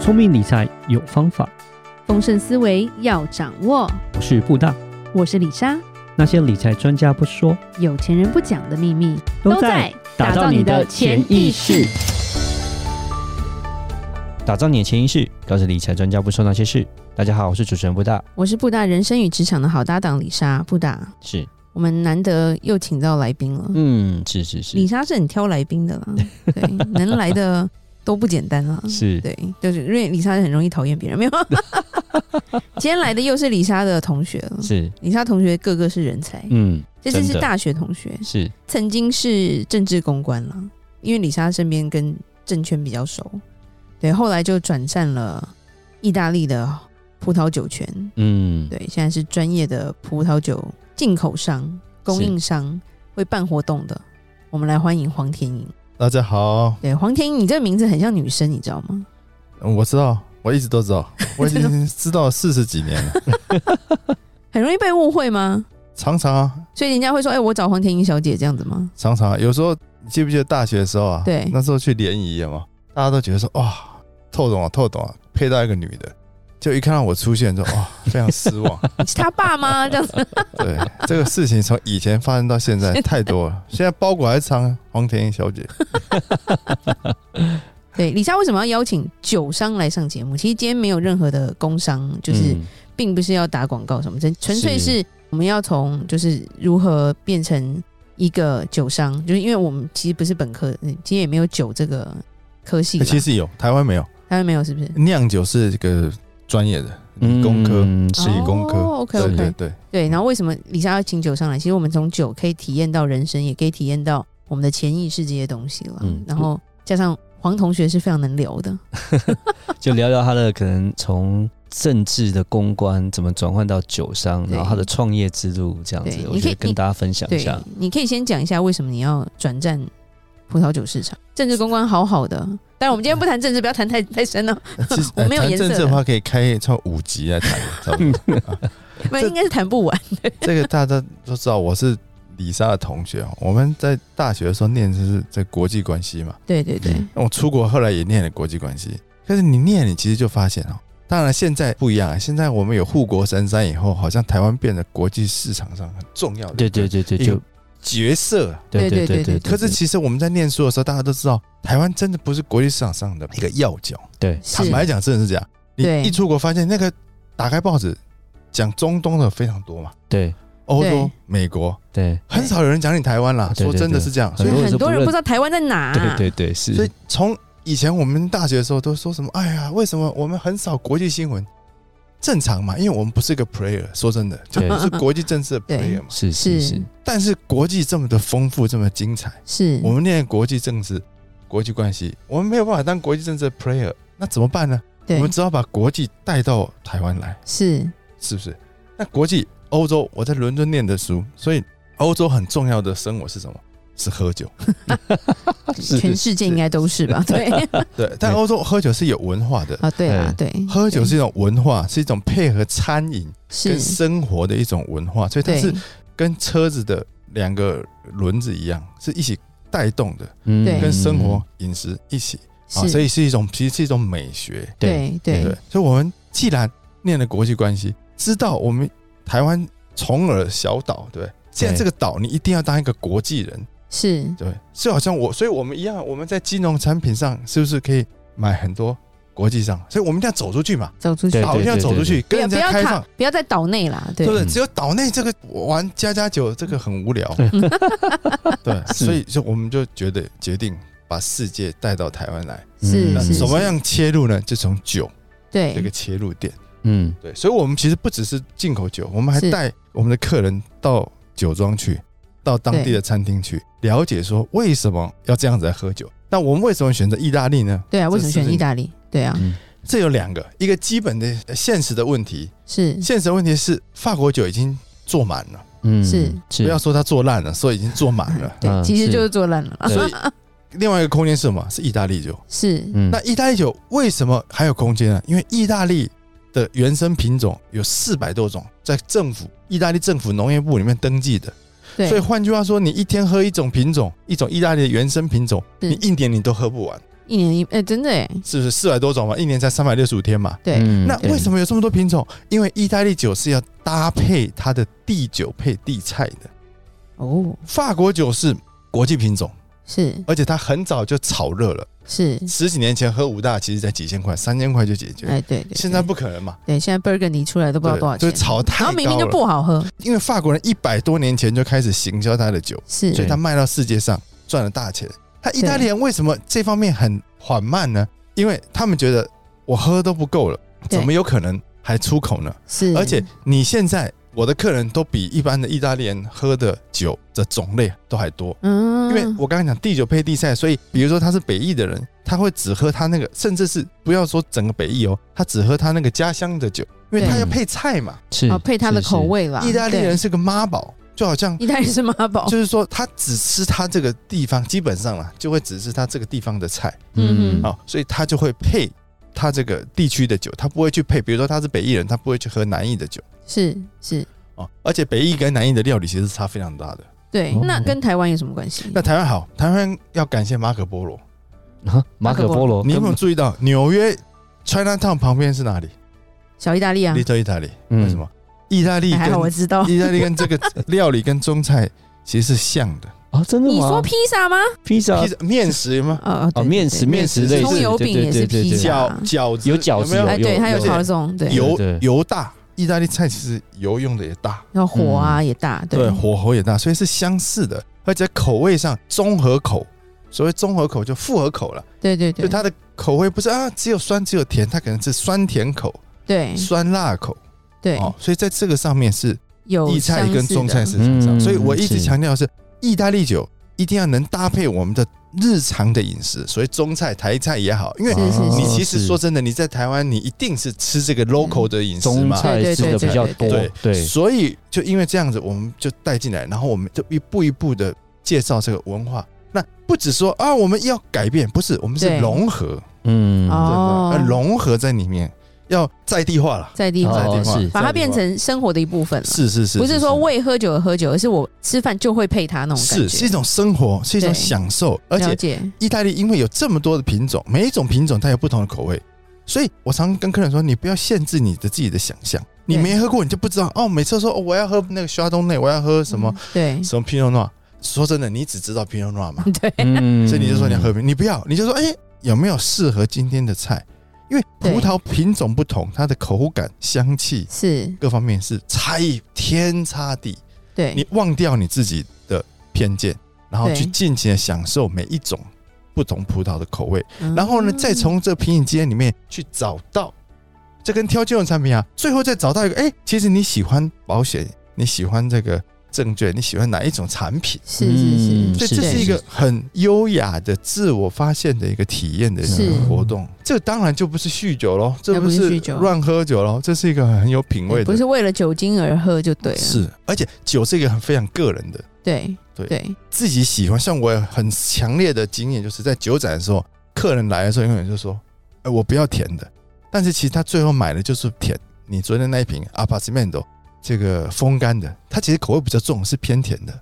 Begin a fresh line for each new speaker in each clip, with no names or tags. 聪明理财有方法，
丰盛思维要掌握。
我是布大。
我是李莎，
那些理财专家不说，
有钱人不讲的秘密
打造你的潜意识。。打造你的潜意识，告诉理财专家不说那些事。大家好，我是主持人布大。
我是布大人生与职场的好搭档李莎。布大，
是，
我们难得又请到来宾了。
嗯，是是
李
是
莎是很挑来宾的啦， 对，能来的都不简单啦。
是，
对，就是因为李莎很容易讨厌别 人，没有。今天来的又是李莎的同学了，
是，
李莎同学个个是人才，
嗯，
这次是
真的
大学同学，
是
曾经是政治公关啦，因为李莎身边跟政圈比较熟，对，后来就转战了意大利的葡萄酒圈，
嗯，
对，现在是专业的葡萄酒进口商、供应商，会办活动的。我们来欢迎黄天颖。
大家好，
对，黄天颖，你这个名字很像女生，你知道吗？
嗯我知道，我一直都 知道，我已经知道四十几年了，
很容易被误会吗？
常常啊，
所以人家会说：“哎、我找黄天颖小姐这样子吗
常常啊，有时候你记不记得大学的时候啊？
对
那时候去联谊嘛，大家都觉得说哇，透懂啊，透懂啊，配到一个女的，就一看到我出现之 后，哇，非常失望。？”
你是她爸妈这样子，
对，这个事情从以前发生到 现在太多了，现在包裹还藏黄田英小姐，
对李莎为什么要邀请酒商来上节目？其实今天没有任何的工商，就是
嗯
并不是要打广告什么，纯纯粹
是
是我们要从就是如何变成一个酒商，就是因为我们其实不是本科，嗯其实也没有酒这个科系吧，
呃其实有，台湾没有
台湾没有是不是？
酿酒是一个专业的理工科，
嗯
是理工科
哦，OK，OK
对对对，
对，然后为什么李莎要请酒上来？其实我们从酒可以体验到人生，也可以体验到我们的潜意识这些东西了。
嗯
然后加上黄同学是非常能聊的，
就聊聊他的可能从政治的公关怎么转换到酒商，
对
然后他的创业之路这样子
对，
我
你
觉得
可以
跟
你
大家分享一
对
下。，
你可以先讲一下为什么你要转战葡萄酒市场，政治公关好好的。但我们今天不谈政治，不要谈太太深哦了，
其实
我没有
呃谈
颜色
政治的话，可以开超五集来谈，差不多。
不然应该是谈不完。
这个大家都知道，我是李莎的同学哦，我们在大学的时候念的是这国际关系嘛，
对对对，
嗯
那我出国后来也念了国际关系，可是你念，你其实就发现哦，当然现在不一样啊，现在我们有护国神山以后，好像台湾变得国际市场上很重要的
对对对对，就
角色啊。
对对
对
对
对
对。
对
对
可是其实我们在念书的时候，大家都知道，台湾真的不是国际市场上的一个要角。
对
是
坦白讲，真的是这样。
对
你一出国发现，那个打开报纸讲中东的非常多嘛，
对
欧洲
对、
美国，
对
很少有人讲你台湾啦。
啊对对
说真的
对
是这样，
很
所
所
以
以很
很多
多
人
人
是不认
不知道台湾在哪、
对对对
所
是
以，从以前我们大学的时候都说什么，哎呀，为什么我们很少国际新闻？正常嘛，因为我们不是一个 player，说真的，就
对
不是国际政治的
对
player 嘛。
是是
是
是，
但是国际这么的丰富，这么精彩，
是
我们念国际政治、国际关系，我们没有办法当国际政治的 player，那怎么办呢？我
对
们只好把国际带到台湾来，
是
是不是？那国际欧洲，我在伦敦念的书，所以欧洲很重要的生活是什么？是喝酒。啊
是
全世界应该都是吧？对
对，但欧洲喝酒是有文化的，
啊，对啊，对，
哎喝酒是一种文化，是一种配合餐饮
是
跟生活的一种文化，所以它
对
是跟车子的两个轮子一样，是一起带动的，
嗯
对
跟生活饮食一起啊，
是，
所以是一种其实是一种美学。
对
对
对，所以我们既然念了国际关系，知道我们台湾从而小岛，对不对？现在这个岛，你一定要当一个国际人，
是
对不对，就好像我，所以我们一样，我们在金融产品上是不是可以买很多国际上？所以我们一定要走出去嘛，
走出去
对，
岛一定要走出去，
不
跟
要
人
不
家
要
开放
卡，，不要在岛内啦，对
对不对？
嗯
只有岛内这个玩家家酒，这个很无聊， 对，
是
所以就我们就觉得决定把世界带到台湾来，
是
嗯
那
是
怎
是
么样切入呢？就从酒这个
对
切入点。
嗯
对，所以我们其实不只是进口酒，我们还
是
带我们的客人到酒庄去，到当地
对
的餐厅去，了解说为什么要这样子来喝酒。那我们为什么选择意大利呢？
对啊？为什么
这是
选意大利？对啊，
嗯
这有两个，一个基本的呃现实的问题，
是
现实的问题是法国酒已经做满了，
嗯
是。
是
不要说它做烂了，说已经做满了
嗯
对，其实
是
就是做烂了啦，
所以另外一个空间是什么？是意大利酒。
是
嗯
那意大利酒为什么还有空间呢？因为意大利的原生品种有四百多种，在政府意大利政府农业部里面登记的。
对
所以换句话说，你一天喝一种品种，一种意大利的原生品种，
是
你一年你都喝不完。
一一年一哎、真的哎、
是不是四百多种嘛？一年才三百六十五天嘛。
对，
嗯
那为什
么？
么有这么多品种？因为意大利酒是要搭配它的地酒配地菜的，
哦，
法国酒是国际品种，
是
而且它很早就炒热了。
是，
十几年前喝五大，其实才几千块、三千块就解决。
嗯哎、对对对
现在不可能嘛，
对，现在 Burgundy 出来都不知道
对
多少钱，
就是炒太
然后明明就
高了
不好喝，
因为法国人一百多年前就开始行销他的酒，
是
所以他卖到世界上赚了大钱。他意大利人为什么这方面很缓慢呢？因为他们觉得我喝都不够了，
对嗯
怎么有可能还出口呢？
是，
而且你现在我的客人都比一般的意大利人喝的酒的种类都还多。
嗯，
因为我刚刚讲地酒配地菜，所以比如说他是北意的人，他会只喝他那个，甚至是不要说整个北意哦，他只喝他那个家乡的酒，因为他
对
要配菜嘛。
是
哦配它的口，味啦，
意大利
对
人是个妈宝，就好像
意大利是妈宝，
就是说他只吃他这个地方，基本上啊啦就会只吃他这个地方的菜
是是
嗯
嗯哼，
啊、哦，所以他就会配他这个地区的酒，他不会去配，比如说他是北意人，他不会去喝南意的酒
是是，
哦。而且北意跟南意的料理其实是差非常大的。
对，
哦
那跟台湾有什么关系？
那台湾好，台湾要感谢马可波罗，
啊马可波罗，嗯
你有没有注意到纽约 China Town 旁边是哪里
小意大利啊，
？Little Italy，
嗯
为什么？意大利
哎还好我
跟
知道。
意大利跟这个料理跟中菜其实是像的，
啊？真的吗？
你说披萨吗？
披萨
披萨面食吗？
哦
哦，面食面食类
对
似，
葱油饼
对
也是
对对
披
对
萨啊
对
饺饺子
有饺子
没有
哎，对，
有
它有
有
烤粽，对，
有
油
对
油大，意大利菜其实油用的也大，
然后火
嗯
啊也大，
对，火候也大，所以是相似的，而且口味上综合口，所谓综合口就复合口了，
对对对
就，它的口味不是啊只有酸只有甜，它可能是酸甜口、
对
酸辣口
对，
哦，所以在这个上面是
有
意菜
相似
跟中菜
的
市场上，
嗯
所以我一直
是
强调的是意大利酒一定要能搭配我们的日常的饮食，所以中菜、台菜也好，因为。
是是是
你其实说
啊是嗯
真的，你在台湾，你一定是吃这个 local 的饮食
中
嘛，
菜吃的比较多，
对
对，
所以就因为这样子，我们就带进来，然后我们就一步一步的介绍这个文化。那不只说啊，我们要改变，不是，我们是
对
融合，
嗯，
真的
哦
呃，融合在里面，要在地化了，
在地
在
方，
地化
哦是，
把它变
在地
成生活的一部分了
化。是是是，
不是说为喝酒而喝酒，而是我吃饭就会配它那种感
是
觉。
是一种生活，是一种
对
享受，而
了
且
解，
意大利因为有这么多的品种，每一种品种它有不同的口味，所以我常跟客人说，你不要限制你的自己的想象，你
对
没喝过你就不知道哦。每次说、哦、我要喝那个沙东内，我要喝什么、
嗯？对
什么 Pinot Noir，说真的，你只知道 Pinot Noir 嘛，
对，
嗯
所以你就说你要喝，你不要，你就说哎、有没有适合今天的菜？因为葡萄品种不同，它的口感、香气
是，
各方面是差异天差地。
对
你忘掉你自己的偏见，然后
对
去尽情的享受每一种不同葡萄的口味，
嗯。
然后呢，再从这品饮间里面去找到，这跟挑金融产品啊，最后再找到一个，哎、其实你喜欢保险，你喜欢这个证券，你喜欢哪一种产品？
是是
嗯
所以
是，
这
对
是一个很优雅的自我发现的一个体验的一
是
个活动。这当然就不是酗酒喽，这
那
不
不是
是
酗酒
乱喝酒喽，这是一个很有品味
对
的
不。是为了酒精而喝就对了。啊
是，而且酒是一个很非常个人的，
对
对
对
自己喜欢，像我有很强烈的经验，就是在酒展的时候，客人来的时候永远就说：“哎、我不要甜的。”但是其实他最后买的就是甜。你昨天那一瓶 Apartmento 这个风干的，它其实口味比较重，是偏甜的。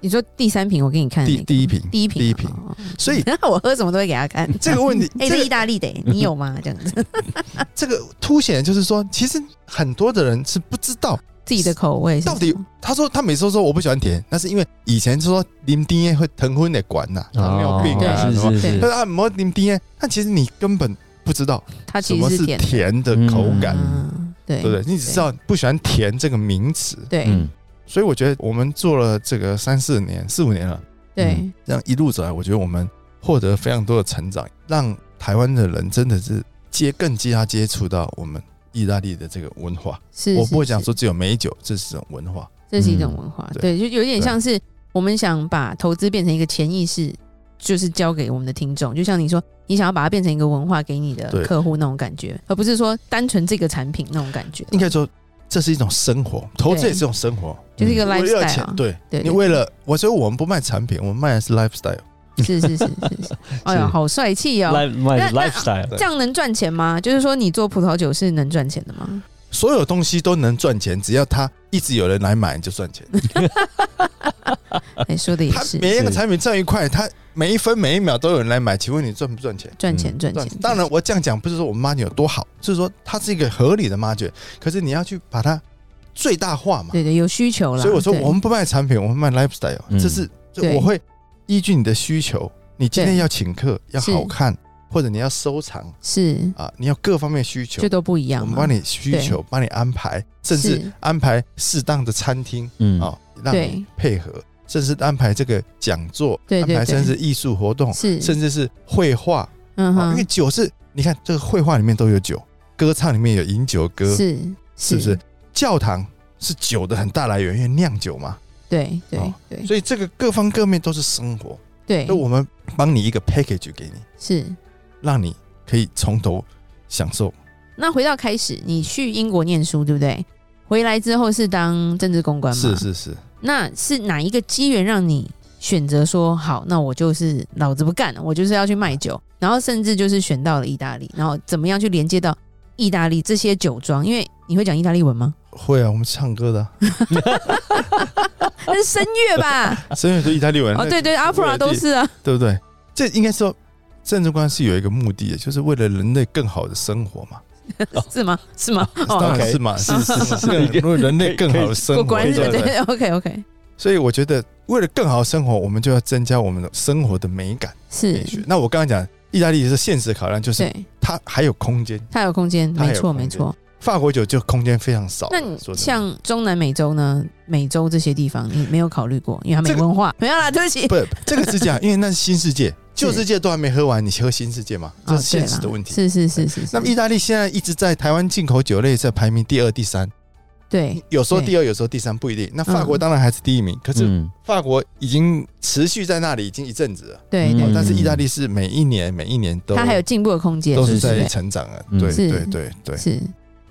你说第三瓶我给你看的
第
那个，
第一瓶，
第一瓶，
第一瓶。
哦，
所以
我喝什么都会给他看。
这个问题，
哎，
这
这
个嗯
意大利的，你有吗？这样子，
这个凸显的就是说，其实很多的人是不知道
自己的口味是
到底
什么。
他说他每次都说我不喜欢甜，那是因为以前说林丁也会疼昏的管呐、糖尿病啊
哦
什么。
是是
他
是，
说啊，摩林丁耶，但其实你根本不知道
它
什
其
么
实
是
甜的，
甜的口感，
嗯，对
对不对？你只知道不喜欢甜这个名词，
对
嗯
所以我觉得我们做了这个三四年、四五年了，
对
这样一路走来，我觉得我们获得非常多的成长，让台湾的人真的是接更加接触到我们意大利的这个文化。
是。
我不会
是
讲
是
说只有美酒，这是一种文化，
这是一种文化，
嗯
对，就有点
对
像是我们想把投资变成一个潜意识，就是交给我们的听众，就像你说，你想要把它变成一个文化给你的
对
客户那种感觉，而不是说单纯这个产品那种感觉，
应该说这是一种生活，投资
对
也是一种生活。
就
嗯
是一个
为了
lifestyle，
钱
啊，
对
对，
你
对
为了我，所以我们不卖产品，我们卖的是 lifestyle。
是是是是 是，哎呀，好帅气哦！
life my
那那
lifestyle，
这样能赚钱吗？就是说，你做葡萄酒是能赚钱的 吗？
所有东西都能赚钱，只要它一直有人来买，你就赚钱。
哎、说的也
它
是，
每一个产品赚一块，它每一分每一秒都有人来买，请问你赚不赚钱？
赚钱赚
赚
钱。
钱。嗯当然，我这样讲不是说我们 margin 有多好，是说它是一个合理的 margin，可是你要去把它最大化嘛。
对对，有需求啦。
所以我说，
对
我们不卖产品，我们卖 lifestyle，、
嗯
这是这
对
我会依据你的需求，你今天
对
要请客要
是
好看，或者你要收藏
是
啊，你要各方面需求
就，都不一样
我
嘛。
们帮你需求，帮你安排，甚至
是
安排适当的餐厅
嗯，
啊，让你
对
配合，甚至安排这个讲座，
对对
安排
对
甚至艺术活动，
是，
甚至是绘画，
嗯
啊，因为
哼，
酒是，你看这个绘画里面都有酒，歌唱里面有饮酒歌，
是
是不是？？教堂是酒的很大来源，因为酿酒嘛，
对对
哦
对
所以这个各方各面都是生活。
对
所以，我们帮你一个 package 给你，
是。
让你可以从头享受。
那回到开始，你去英国念书，对不对？回来之后是当政治公关嘛？
是。是是，
那是哪一个机缘让你选择说好？那我就是老子不干了，我就是要去卖酒。然后甚至就是选到了意大利，然后怎么样去连接到意大利这些酒庄？因为你会讲意大利文 吗？
会啊，我们唱歌的啊，
那是声乐 吧？
所以就意大利文。
哦，
那
对对，阿普拉都是啊。
对不对？这应该说，政治观是有一个目的的，就是为了人类更好的生活嘛。
是吗？是吗？
当
哦，
然
OK
是嘛，是是 是是，
是
为了人类更好的生活。
果果然是
对不
对
对。
对，OK OK，
所以我觉得，为了更好的生活，我们就要增加我们的生活的美感美学
是，。
那我刚刚讲，意大利是现实考量，就是
嗯对，
它还有空间。
它有空间，
它还
没
有
错
空
没
间
错。
法国酒就空间非常少。
那你
哦说真的
像中南美洲呢？美洲这些地方你没有考虑过，因为它没
这个
文化。 没有啦，对不起。哦
不，这个是这样，因为那是新世界，旧世界都还没喝完，你喝新世界嘛，这
哦
是现
对
实
啦
的问题。
是是是是是。
那么意大利现在一直在台湾进口酒类在排名第二、第三，
对
有时候
对
第二，有时候第三，不一定。那法国
嗯
当然还是第一名，可是
嗯
法国已经持续在那里已经一阵子了。
对
嗯
哦
对，
但是意大利是每一年每一年都
它还有进步的空间，
都是
是
在
对
成长啊，
嗯
对
是
对对对。
是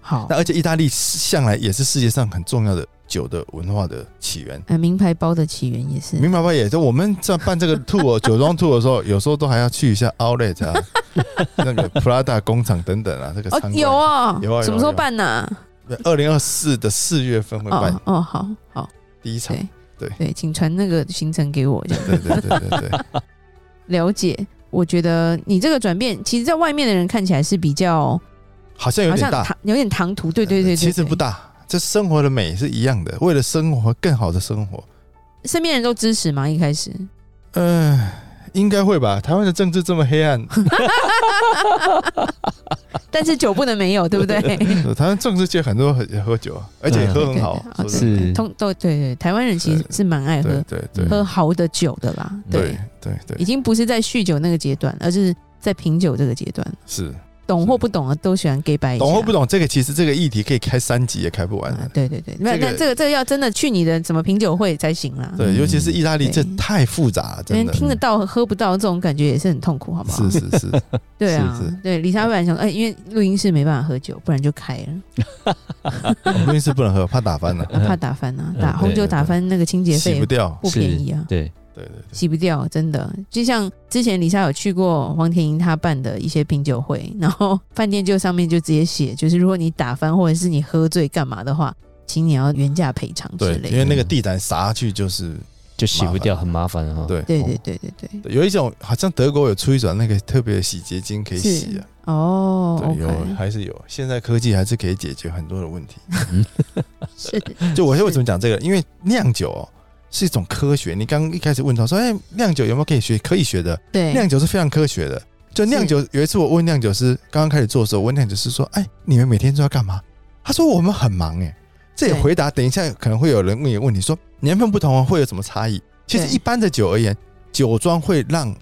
好
那。而且意大利向来也是世界上很重要的酒的文化的起源。
呃，名牌包的起源也是
明白吧？也就我们在办这个 tour 酒庄 tour 的时候，有时候都还要去一下 Outlet 啊，那个 Prada 工厂等等啊，这个
哦，
参观
有。哦，
有啊有啊
什么时候
有啊
办呢？
二零二四的四月份啊会办
哦哦，好好，
第一场
对，
对
对，请传那个行程给我，这样
对对对对 对，
了解。我觉得你这个转变，其实，在外面的人看起来是比较
好像有
好
点
像
大，
唐有点唐突，对对对对，
其实
对
不大，这生活的美是一样的，为了生活更好的生活，
身边人都支持吗？一开始，
嗯，应该会吧？台湾的政治这么黑 暗，
但是酒不能没有，对 不对？
台湾政治界很多很喝酒啊，而且喝很好，
对对
说真
是
通都对对，台湾人其实
对
是蛮爱
的
喝
对对对
喝好的酒的啦，
对对
已
对，
经不是在酗酒那个阶段，而是在品酒这个阶段，
是
懂或不懂的都喜欢 gay 白，
懂或不懂这个，其实这个议题可以开三集也开不完
啊
的。
对对对，那
这个
那这个这个要真的去你的什么品酒会才行啦，
对，
嗯
尤其是意大利，
对
这太复杂了，
因为
真的。
听得到喝不到这种感觉也是很痛苦，好不好？
是 是是，
对啊
是是，
对，李莎本来想，哎，因为录音室没办法喝酒，不然就开了，
我们律师不能喝，怕打翻了，
啊怕打翻啊，
嗯
打
对
红酒
对
打翻那个清洁
洗
费
不掉。
不便宜啊
是。 对，
对对对，
洗不掉，真的。就像之前李莎有去过黄田英他办的一些品酒会，然后饭店就上面就直接写，就是如果你打翻或者是你喝醉干嘛的话，请你要原价赔偿之
对，
类
因
的。
为那个地毯撒下去就是
就洗不掉，很麻烦啊哈。
对
哦对对对对对，
哦对有一种好像德国有出一种那个特别的洗洁精可以洗
是
啊，
哦
对，有
，OK，
还是有，现在科技还是可以解决很多的问题。
是
就我
是
为什么讲这个？因为酿酒哦是一种科学。你刚一开始问他说：“哎，酿酒有没有可以学？可以学的，酿
对，
酒是非常科学的。”就酿酒，有一次我问酿酒师，刚刚开始做的时候，我问酿酒师说：“哎，你们每天都要干嘛？”他说：“我们很忙。”哎，这也
对
回答，等一下可能会有人问你问你说年份不同啊会有什么差异？其实
对
一般的酒而言，酒庄会让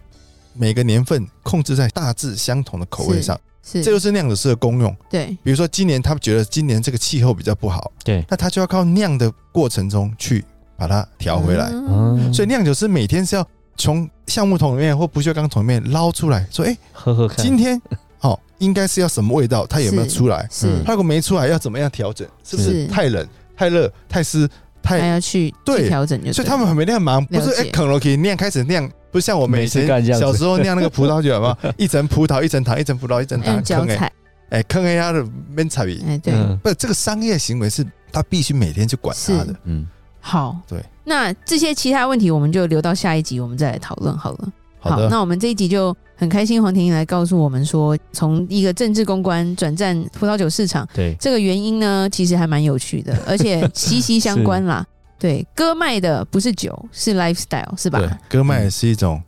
每个年份控制在大致相同的口味
是
上，
是，
这就是酿酒师的功用。
对
比如说今年他们觉得今年这个气候比较不好，
对
那他就要靠酿的过程中去把它调回来。
嗯
所以酿酒师每天是要从橡木桶里面或不锈钢桶里面捞出来，说：“哎、
喝喝看。
今天哦，应该是要什么味道？它有没有
是
出来？
是
它如果没出来，要怎么样调整？是不是
是
太冷、太热、太湿、
还
太……
要去
对
去调整就对了，
所以他们很每天很忙，不是
了解
哎，肯罗可以酿开始酿，不是像我们以
每次
前
干这样子
小时候酿那个葡萄酒嘛，一层葡萄一层糖，一层葡萄一层糖
用，脚
坑哎
踩，
哎坑哎，他的闷彩笔。
嗯哎，对，
嗯
不，这个商业行为是他必须每天去管他的
是。
嗯，
好，
对，
那这些其他问题我们就留到下一集我们再来讨论好了。
好的，
那我们这一集就很开心，黄婷莹来告诉我们说，从一个政治公关转战葡萄酒市场，
对，
这个原因呢，其实还蛮有趣的，而且息息相关啦。对，歌卖的不是酒，是 lifestyle，是吧？
对，割麦也是一种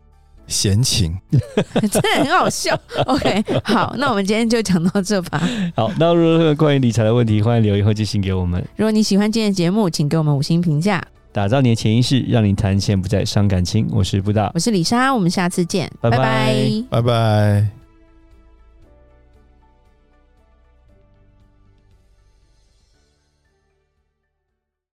闲情。
真的很好笑。OK，好，那我们今天就讲到这吧。
好，那如果关于理财的问题，欢迎留言或寄信给我们。
如果你喜欢今天的节目，请给我们五星评价。
打造你的潜意识，让你谈钱不再伤感情。我是布大，
我是李莎，我们下次见，
拜拜
拜拜
拜拜。